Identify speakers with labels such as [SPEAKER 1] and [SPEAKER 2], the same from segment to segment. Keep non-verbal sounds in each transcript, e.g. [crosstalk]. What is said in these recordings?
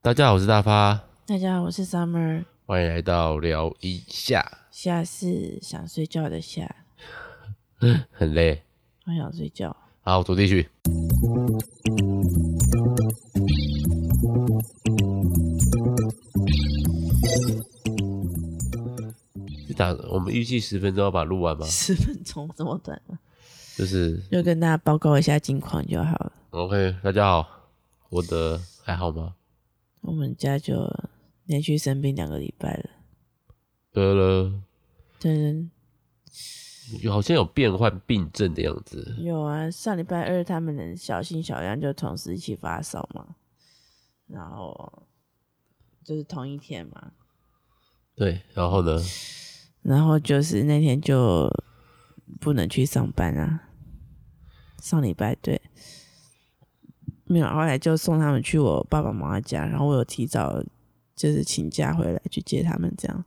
[SPEAKER 1] 大家好，我是大发，
[SPEAKER 2] 大家好，我是 Summer，
[SPEAKER 1] 欢迎来到聊一下，
[SPEAKER 2] 夏是想睡觉的夏，
[SPEAKER 1] 很累。
[SPEAKER 2] 我想睡觉。
[SPEAKER 1] 好，走地去。是打我们预计十分钟要把它录完吗？
[SPEAKER 2] 十分钟这么短啊，
[SPEAKER 1] 就是
[SPEAKER 2] 就跟大家报告一下近况就好了。
[SPEAKER 1] OK，大家好，我的还好吗？
[SPEAKER 2] 我们家就连续生病两个礼拜了，
[SPEAKER 1] 得了，
[SPEAKER 2] 真
[SPEAKER 1] 好像有变换病症的样子。
[SPEAKER 2] 有啊。上礼拜二他们能小心小样就同时一起发烧嘛，然后就是同一天嘛，
[SPEAKER 1] 对，然后呢？
[SPEAKER 2] 然后就是那天就不能去上班啊，上礼拜对，没有，后来就送他们去我爸爸妈妈家，然后我有提早就是请假回来去接他们这样，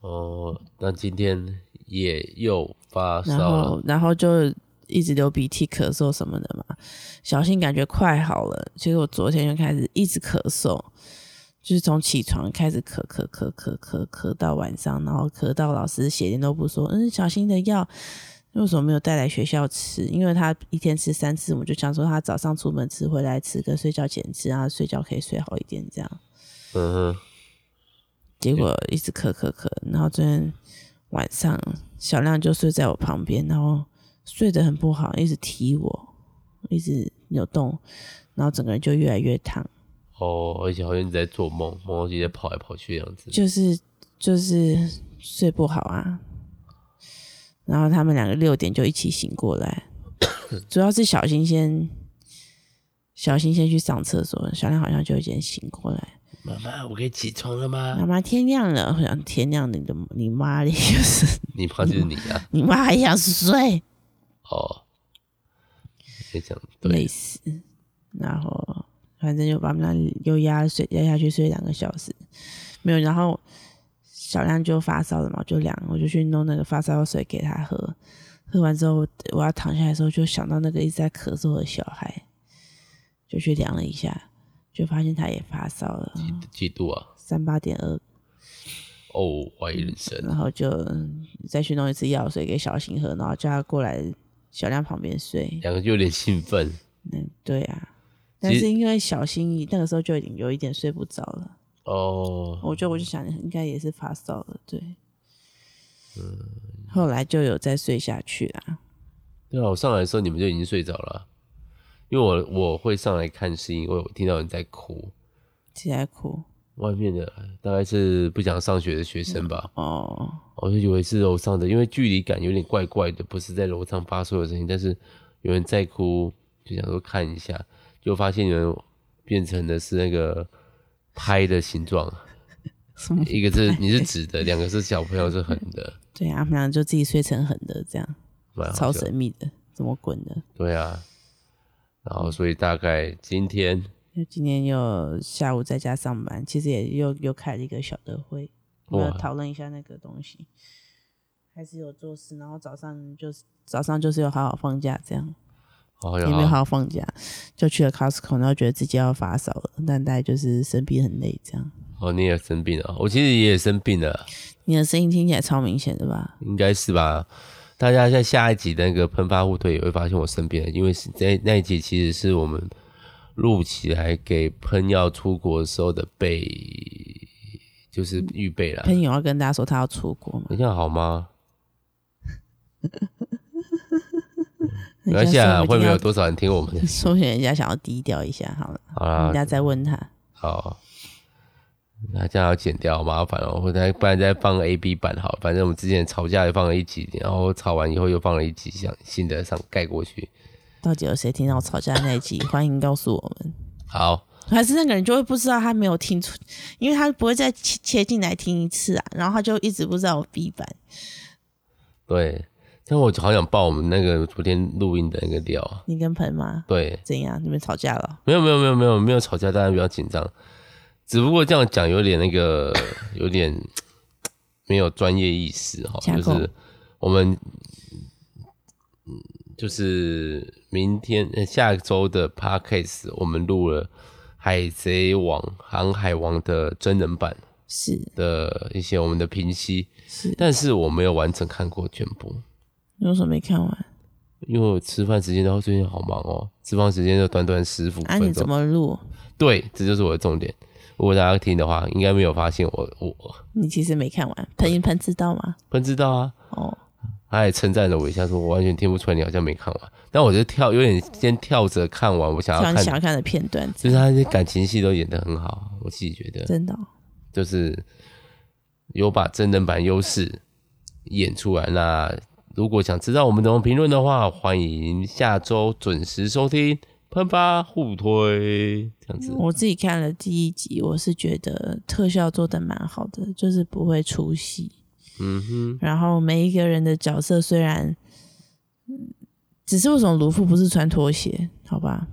[SPEAKER 1] 哦，那今天也又发烧
[SPEAKER 2] 然
[SPEAKER 1] 了。
[SPEAKER 2] 后然后就一直流鼻涕、咳嗽什么的嘛，小新感觉快好了，其实我昨天就开始一直咳嗽。就是从起床开始咳咳咳咳咳咳到晚上，然后咳到老师写点都不说，嗯，小新的药为什么没有带来学校吃？因为他一天吃三次，我们就想说他早上出门吃，回来吃跟睡觉前吃，然后睡觉可以睡好一点这样。
[SPEAKER 1] 嗯哼，
[SPEAKER 2] 结果一直咳咳咳，然后昨天晚上小亮就睡在我旁边，然后睡得很不好，一直踢我，一直扭动，然后整个人就越来越烫，
[SPEAKER 1] 哦，而且好像你在做梦，梦到自己在跑来跑去的样子。
[SPEAKER 2] 就是就是睡不好啊。然后他们两个六点就一起醒过来，主要是小新先小新先去上厕所，小亮好像就已经醒过来。
[SPEAKER 1] 妈妈，我可以起床了吗
[SPEAKER 2] 妈？妈天亮了，我想天亮了，你的你妈的就是。
[SPEAKER 1] [laughs]
[SPEAKER 2] [laughs]
[SPEAKER 1] 你怕就是你啊！
[SPEAKER 2] 你妈还想睡，
[SPEAKER 1] 哦，可以讲
[SPEAKER 2] 累
[SPEAKER 1] 对，
[SPEAKER 2] 死。然后反正就把我们俩又压睡压下去睡两个小时，没有。然后小亮就发烧了嘛，我就凉，我就去弄那个发烧水给他喝。喝完之后，我要躺下来的时候，就想到那个一直在咳嗽的小孩，就去量了一下，就发现他也发烧了，
[SPEAKER 1] 嫉妒啊！
[SPEAKER 2] 三八点二
[SPEAKER 1] 哦，怀疑人生。
[SPEAKER 2] 然后就再去弄一次药水给小新喝，然后叫他过来小亮旁边睡。
[SPEAKER 1] 两个就有点兴奋，
[SPEAKER 2] 嗯，对啊，但
[SPEAKER 1] 其实
[SPEAKER 2] 是因为小新那个时候就已经有一点睡不着了，
[SPEAKER 1] 哦，
[SPEAKER 2] 我觉得我就想应该也是发烧了，对。
[SPEAKER 1] 嗯
[SPEAKER 2] 后来就有再睡下去啦，
[SPEAKER 1] 对啊，我上来的时候你们就已经睡着了啊，因为我我会上来看是因为我听到人在哭，
[SPEAKER 2] 起来哭
[SPEAKER 1] 外面的大概是不想上学的学生吧，
[SPEAKER 2] 哦，
[SPEAKER 1] 我就以为是楼上的，因为距离感有点怪怪的，不是在楼上发出的声音，但是有人在哭，就想说看一下，就发现有人变成的是那个拍的形状，
[SPEAKER 2] 什么？
[SPEAKER 1] 一个是你是直的，两个是小朋友是横的，
[SPEAKER 2] 对啊，他们俩就自己睡成狠的这样，
[SPEAKER 1] 蛮好
[SPEAKER 2] 超
[SPEAKER 1] 笑的。
[SPEAKER 2] 神秘的，怎么滚的？
[SPEAKER 1] 对啊，然后所以大概今天
[SPEAKER 2] 就今天又下午在家上班，其实也又又开了一个小的会，我们
[SPEAKER 1] 哇
[SPEAKER 2] 要讨论一下那个东西，还是有做事，然后早上就是早上就是有好好放假这样。
[SPEAKER 1] 哦好
[SPEAKER 2] 也没有
[SPEAKER 1] 像
[SPEAKER 2] 好好放假，就去了 Costco，然后觉得自己要发烧了，但大概就是生病很累这样。
[SPEAKER 1] 哦你也生病了，我其实也生病了，
[SPEAKER 2] 你的声音听起来超明显的吧？
[SPEAKER 1] 应该是吧？大家在下一集的那个喷发互推也会发现我生病了，因为是在那一集其实是我们录起来给喷要出国的时候的备，就是预备啦。
[SPEAKER 2] 朋友要跟大家说他要出国嘛，
[SPEAKER 1] 等一下好吗？没
[SPEAKER 2] 人
[SPEAKER 1] 关系
[SPEAKER 2] 家
[SPEAKER 1] 啊，会没有
[SPEAKER 2] 说
[SPEAKER 1] 多少人听我们的
[SPEAKER 2] [laughs] 不定要，。说不定人家想要低调一下，
[SPEAKER 1] [laughs]
[SPEAKER 2] 好了，
[SPEAKER 1] 好啦
[SPEAKER 2] 人，家再问他。
[SPEAKER 1] 好，那这样要剪掉，好麻烦哦。或者不然再放 A B 版好了，反正我们之前吵架也放了一集，然后吵完以后又放了一集，想新的上盖过去。
[SPEAKER 2] 到底有谁听到我吵架那一集？欢迎告诉我们。
[SPEAKER 1] 好，
[SPEAKER 2] 还是那个人就会不知道他没有听出，因为他不会再切切进来听一次啊，然后他就一直不知道我 B 版。
[SPEAKER 1] 对，但我好想爆我们那个昨天录音的那个料啊。
[SPEAKER 2] 你跟彭吗？
[SPEAKER 1] 对，
[SPEAKER 2] 怎样？你们吵架了？
[SPEAKER 1] 没有没有没有没有没有吵架，大家不要紧张。只不过这样讲有点那个，有点没有专业意识哈，
[SPEAKER 2] 架
[SPEAKER 1] 就
[SPEAKER 2] 构
[SPEAKER 1] 是我们嗯就是明天呃下周的 podcast 我们录了，海贼王》《航海王》的真人版
[SPEAKER 2] 是
[SPEAKER 1] 的一些我们的评析，
[SPEAKER 2] 是，
[SPEAKER 1] 但是我没有完整看过全部，
[SPEAKER 2] 你为什么没看完？
[SPEAKER 1] 因为我吃饭时间，然后最近好忙哦，吃饭时间就短短十五
[SPEAKER 2] 啊，
[SPEAKER 1] 分
[SPEAKER 2] 你
[SPEAKER 1] 钟
[SPEAKER 2] 怎。么录？
[SPEAKER 1] 对，这就是我的重点。如果大家听的话，应该没有发现我我
[SPEAKER 2] 你其实没看完，喷一喷知道吗？
[SPEAKER 1] 不知道啊，
[SPEAKER 2] 哦，
[SPEAKER 1] 他也称赞了我一下，说我完全听不出来你好像没看完。但我就跳，有点先跳着看完，我想
[SPEAKER 2] 挑
[SPEAKER 1] 要
[SPEAKER 2] 你想
[SPEAKER 1] 啊看，
[SPEAKER 2] 要看的片段，
[SPEAKER 1] 就是他那些感情戏都演得很好，我自己觉得。
[SPEAKER 2] 真的哦、
[SPEAKER 1] 就是有把真人版优势演出来。那如果想知道我们怎么评论的话，欢迎下周准时收听喷发互推这样子。
[SPEAKER 2] 我自己看了第一集，我是觉得特效做的蛮好的，就是不会出戏。
[SPEAKER 1] 嗯哼，
[SPEAKER 2] 然后每一个人的角色虽然，嗯只是为什么卢夫不是穿拖鞋？好吧，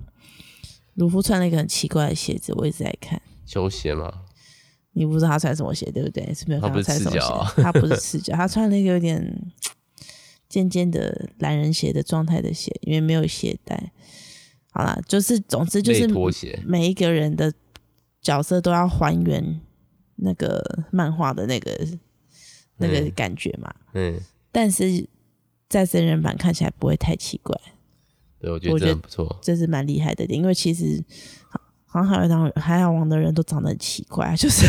[SPEAKER 2] 卢夫穿了一个很奇怪的鞋子，我一直在看。
[SPEAKER 1] 球鞋嘛，
[SPEAKER 2] 你不知道他穿什么鞋，对不对？是没有
[SPEAKER 1] 他
[SPEAKER 2] 看
[SPEAKER 1] 不
[SPEAKER 2] 到
[SPEAKER 1] 是
[SPEAKER 2] 穿什么
[SPEAKER 1] 赤脚啊 [laughs]
[SPEAKER 2] 鞋，他不是赤脚，他穿了一个有点尖尖的懒人鞋的状态的鞋，因为没有鞋带。好啦，就是总之就是
[SPEAKER 1] 类拖鞋。
[SPEAKER 2] 每一个人的角色都要还原那个漫画的那个那个
[SPEAKER 1] 嗯
[SPEAKER 2] 感觉嘛，
[SPEAKER 1] 嗯，
[SPEAKER 2] 但是在真人版看起来不会太奇怪，
[SPEAKER 1] 对，我觉得
[SPEAKER 2] 我觉
[SPEAKER 1] 真
[SPEAKER 2] 得
[SPEAKER 1] 的不错。
[SPEAKER 2] 这是蛮厉害的点，因为其实。航海王海海王的人都长得很奇怪，啊就是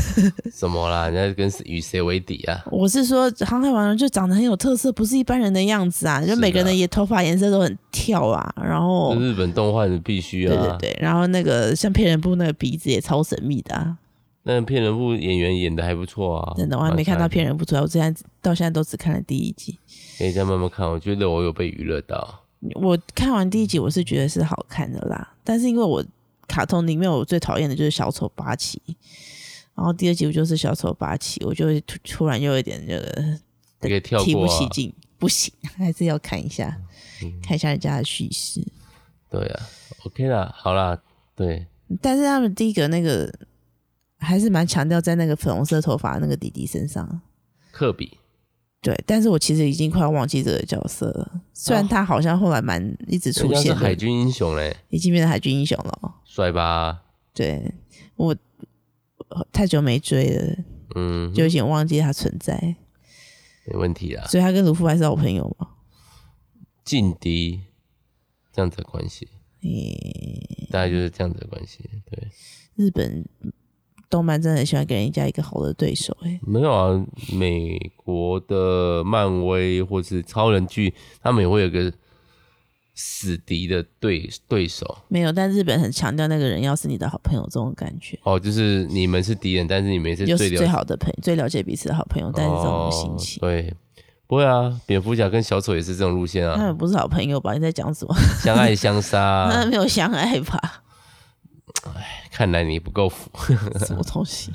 [SPEAKER 1] 什么啦？人家跟与谁为敌啊？
[SPEAKER 2] 我是说，航海王就长得很有特色，不是一般人的样子啊，就每个人的也头发颜色都很跳啊，然后
[SPEAKER 1] 这日本动画的必须
[SPEAKER 2] 对对
[SPEAKER 1] 嗯啊。
[SPEAKER 2] 对，然后那个像骗人部那个鼻子也超神秘的啊，
[SPEAKER 1] 那骗人部演员演的还不错啊。
[SPEAKER 2] 真的，我还没看到
[SPEAKER 1] 蛮可爱的
[SPEAKER 2] 骗人不出来，我之前到现在都只看了第一集。
[SPEAKER 1] 可以再慢慢看。我觉得我有被娱乐到。
[SPEAKER 2] 我看完第一集，我是觉得是好看的啦，但是因为我卡通里面我最讨厌的就是小丑八旗，然后第二集我就是小丑八旗，我就会突突然又有一点这个
[SPEAKER 1] 你可以跳
[SPEAKER 2] 提
[SPEAKER 1] 过
[SPEAKER 2] 不
[SPEAKER 1] 啊
[SPEAKER 2] 起。劲，不行，还是要看一下，
[SPEAKER 1] 嗯
[SPEAKER 2] 看一下人家的叙事。
[SPEAKER 1] 对啊，OK 啦，好啦，对，
[SPEAKER 2] 但是他们第一个那个还是蛮强调在那个粉红色头发的那个弟弟身上，
[SPEAKER 1] 科比。
[SPEAKER 2] 对，但是我其实已经快忘记这个角色了，虽然
[SPEAKER 1] 哦
[SPEAKER 2] 他好像后来蛮一直
[SPEAKER 1] 人
[SPEAKER 2] 出
[SPEAKER 1] 家是
[SPEAKER 2] 现
[SPEAKER 1] 海
[SPEAKER 2] 的，
[SPEAKER 1] 军英雄嘞，
[SPEAKER 2] 已经变成海军英雄了哦。
[SPEAKER 1] 帅吧？
[SPEAKER 2] 对我我太久没追了，
[SPEAKER 1] 嗯，
[SPEAKER 2] 就有点忘记他存在，
[SPEAKER 1] 没问题啦，
[SPEAKER 2] 所以他跟卢夫还是好朋友嘛。
[SPEAKER 1] 劲敌这样子的关系，
[SPEAKER 2] 诶、
[SPEAKER 1] 大概就是这样子的关系。对，
[SPEAKER 2] 日本动漫真的很喜欢给人家一个好的对手、诶，
[SPEAKER 1] 没有啊，美国的漫威或是超人剧，他们也会有个死敌的对对手。
[SPEAKER 2] 没有，但日本很强调那个人要是你的好朋友这种感觉，
[SPEAKER 1] 哦，就是你们是敌人，但是你们也是
[SPEAKER 2] 就
[SPEAKER 1] 最
[SPEAKER 2] 是最
[SPEAKER 1] 了
[SPEAKER 2] 好的朋友，最了解彼此的好朋友，但是这种心情。
[SPEAKER 1] 哦。对，不会啊，蝙蝠侠跟小丑也是这种路
[SPEAKER 2] [laughs]
[SPEAKER 1] 线
[SPEAKER 2] 他
[SPEAKER 1] 啊，
[SPEAKER 2] 们不是好朋友吧？你在讲什么？
[SPEAKER 1] 相爱相杀
[SPEAKER 2] [laughs]
[SPEAKER 1] 啊、
[SPEAKER 2] 他们没有相爱
[SPEAKER 1] [laughs]
[SPEAKER 2] 吧？
[SPEAKER 1] 看来你不够服。
[SPEAKER 2] 什么东西？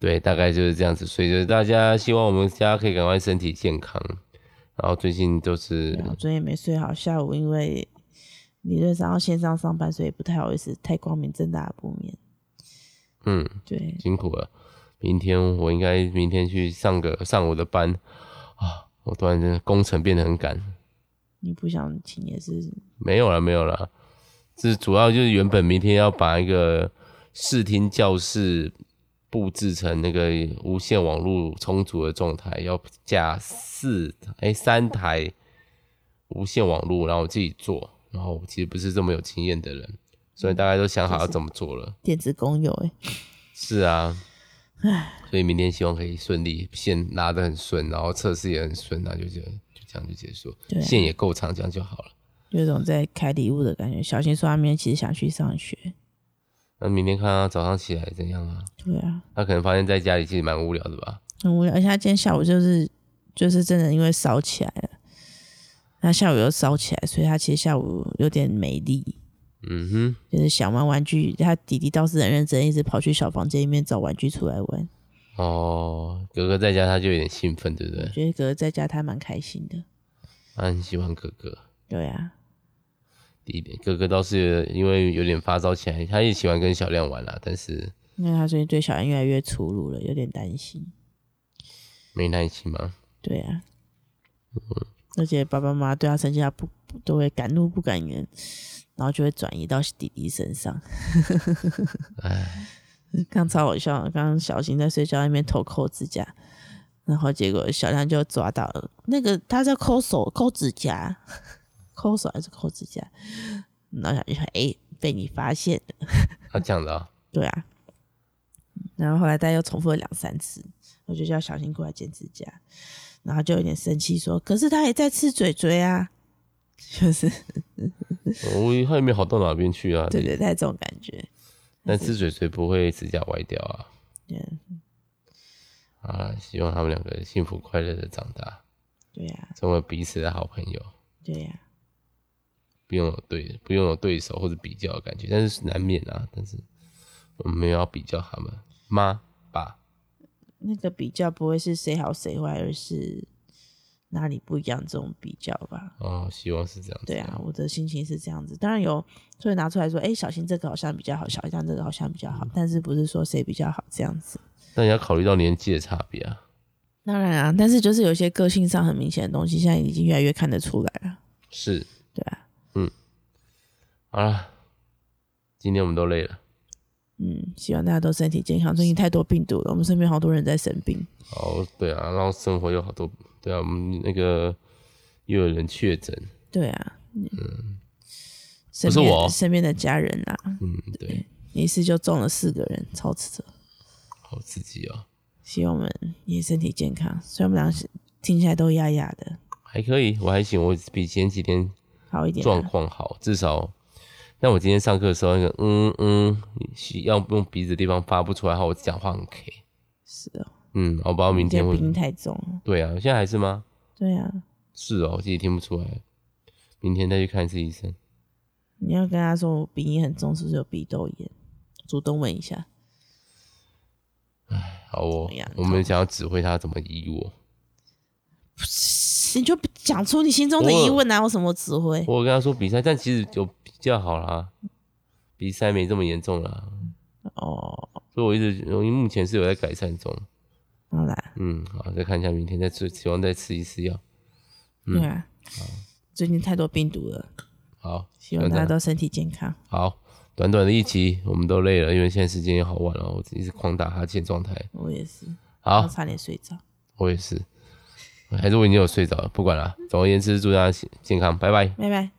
[SPEAKER 1] 对，大概就是这样子。所以就是大家希望我们大家可以赶快身体健康。然后最近就是
[SPEAKER 2] 对啊我昨天也没睡好，下午因为理论上要线上上班，所以不太好意思太光明正大的不眠。
[SPEAKER 1] 嗯
[SPEAKER 2] 对，
[SPEAKER 1] 辛苦了，明天我应该明天去上个上我的班啊！我突然间工程变得很赶，
[SPEAKER 2] 你不想请也是
[SPEAKER 1] 没有了没有了，这主要就是原本明天要把一个视听教室布置成那个无线网络充足的状态，要架四哎三台无线网络，然后我自己做，然后我其实不是这么有经验的人，所以大家都想好要怎么做了。
[SPEAKER 2] 电子工友哎、
[SPEAKER 1] 是啊，所以明天希望可以顺利，线拉得很顺，然后测试也很顺，然后就这样就这样就结束，
[SPEAKER 2] 对啊
[SPEAKER 1] 线也够长，这样就好了。
[SPEAKER 2] 有一种在开礼物的感觉。小新说他明天其实想去上学，
[SPEAKER 1] 那明天看他早上起来怎样啊？
[SPEAKER 2] 对啊，
[SPEAKER 1] 他可能发现在家里其实蛮无聊的吧？
[SPEAKER 2] 很无聊。而且他今天下午就是就是真的因为烧起来了，他下午又烧起来，所以他其实下午有点没力，
[SPEAKER 1] 嗯哼，
[SPEAKER 2] 就是想玩玩具。他弟弟倒是很认真，一直跑去小房间里面找玩具出来玩。
[SPEAKER 1] 哦，哥哥在家他就有点兴奋，对不对
[SPEAKER 2] 我？觉得哥哥在家他蛮开心的，
[SPEAKER 1] 他很喜欢哥哥。
[SPEAKER 2] 对啊，
[SPEAKER 1] 第一点，哥哥倒是因为有点发烧起来，他也喜欢跟小亮玩啦、但是
[SPEAKER 2] 因为他最近对小安越来越粗鲁了，有点担心。
[SPEAKER 1] 没耐心嘛。
[SPEAKER 2] 对啊，而且爸爸妈妈对他生气，他不不都会敢怒不敢言。然后就会转移到弟弟身上。刚超好笑，刚刚小新在睡觉那边偷抠指甲，然后结果小亮就抓到了那个他在抠手抠指甲，抠手还是抠指甲？然后小新说：“哎、被你发现了。
[SPEAKER 1] 他讲的、啊，”
[SPEAKER 2] 对啊，然后后来大家又重复了两三次，我就叫小新过来剪指甲，然后就有点生气说：“可是他也在吃嘴嘴啊！”就是
[SPEAKER 1] 我他也没好到哪边去啊。
[SPEAKER 2] 对对，带这种感觉。
[SPEAKER 1] 但吃嘴嘴不会指甲歪掉啊。
[SPEAKER 2] 对
[SPEAKER 1] 啊，希望他们两个幸福快乐的长大，
[SPEAKER 2] 对呀、
[SPEAKER 1] 成为彼此的好朋友，
[SPEAKER 2] 对啊呀、
[SPEAKER 1] 不用有对，不用有对手或者比较的感觉，但是难免啊。但是我们没有要比较他们妈爸，
[SPEAKER 2] 那个比较不会是谁好谁坏，而是哪里不一样这种比较吧。
[SPEAKER 1] 哦，希望是这样子。
[SPEAKER 2] 对啊，我的心情是这样子。当然有，就会拿出来说，哎、小新这个好像比较好，小新这个好像比较好，但是不是说谁比较好这样子。
[SPEAKER 1] 但也要考虑到年纪的差别啊。
[SPEAKER 2] 当然啊，但是就是有些个性上很明显的东西，现在已经越来越看得出来了。
[SPEAKER 1] 是，嗯
[SPEAKER 2] 对啊，
[SPEAKER 1] 好了，今天我们都累了。
[SPEAKER 2] 嗯，希望大家都身体健康。最近太多病毒了，我们身边好多人在生病。
[SPEAKER 1] 哦，对啊，然后生活有好多，对啊，我们那个又有人确诊，
[SPEAKER 2] 对啊，嗯，
[SPEAKER 1] 不
[SPEAKER 2] 身
[SPEAKER 1] 是
[SPEAKER 2] 边
[SPEAKER 1] 我哦
[SPEAKER 2] 身边的家人啊，
[SPEAKER 1] 嗯，对，
[SPEAKER 2] 一次就中了四个人，超扯。
[SPEAKER 1] 好刺激哦，
[SPEAKER 2] 希望我们也身体健康。虽然我们俩是听起来都哑哑的，
[SPEAKER 1] 还可以，我还行，我比前几天
[SPEAKER 2] 好一点啊、
[SPEAKER 1] 状况好，至少。但我今天上课的时候，那个嗯嗯，需要用鼻子的地方发不出来，然后我讲话很 K，
[SPEAKER 2] 是哦，
[SPEAKER 1] 嗯，我不知道明
[SPEAKER 2] 你这
[SPEAKER 1] 天
[SPEAKER 2] 个
[SPEAKER 1] 会
[SPEAKER 2] 鼻，音太重了。
[SPEAKER 1] 对啊，现在还是吗？
[SPEAKER 2] 对啊，
[SPEAKER 1] 是哦，我自己听不出来，明天再去看一次医生。
[SPEAKER 2] 你要跟他说我鼻音很重，是不是有鼻窦炎？主动问一下。
[SPEAKER 1] 好哦
[SPEAKER 2] 怎么样，
[SPEAKER 1] 我们想要指挥他怎么医我。
[SPEAKER 2] 你就讲出你心中的疑问，哪有什么指挥？
[SPEAKER 1] 我有跟他说比赛，但其实有比较好啦，比赛没这么严重啦，
[SPEAKER 2] 哦，
[SPEAKER 1] 所以我一直我目前是有在改善中。
[SPEAKER 2] 好啦，
[SPEAKER 1] 嗯，好，再看一下明天再吃，希望再吃一次药。嗯
[SPEAKER 2] 对啊，最近太多病毒了，
[SPEAKER 1] 好，
[SPEAKER 2] 希望大家都身体健康。
[SPEAKER 1] 好。短短的一集，我们都累了，因为现在时间也好晚了，我一直狂打哈欠状态。
[SPEAKER 2] 我也是，我
[SPEAKER 1] 好，
[SPEAKER 2] 差点睡着。
[SPEAKER 1] 我也是，还是我已经有睡着了，不管了。总而言之，祝大家健康，拜拜。
[SPEAKER 2] 拜拜。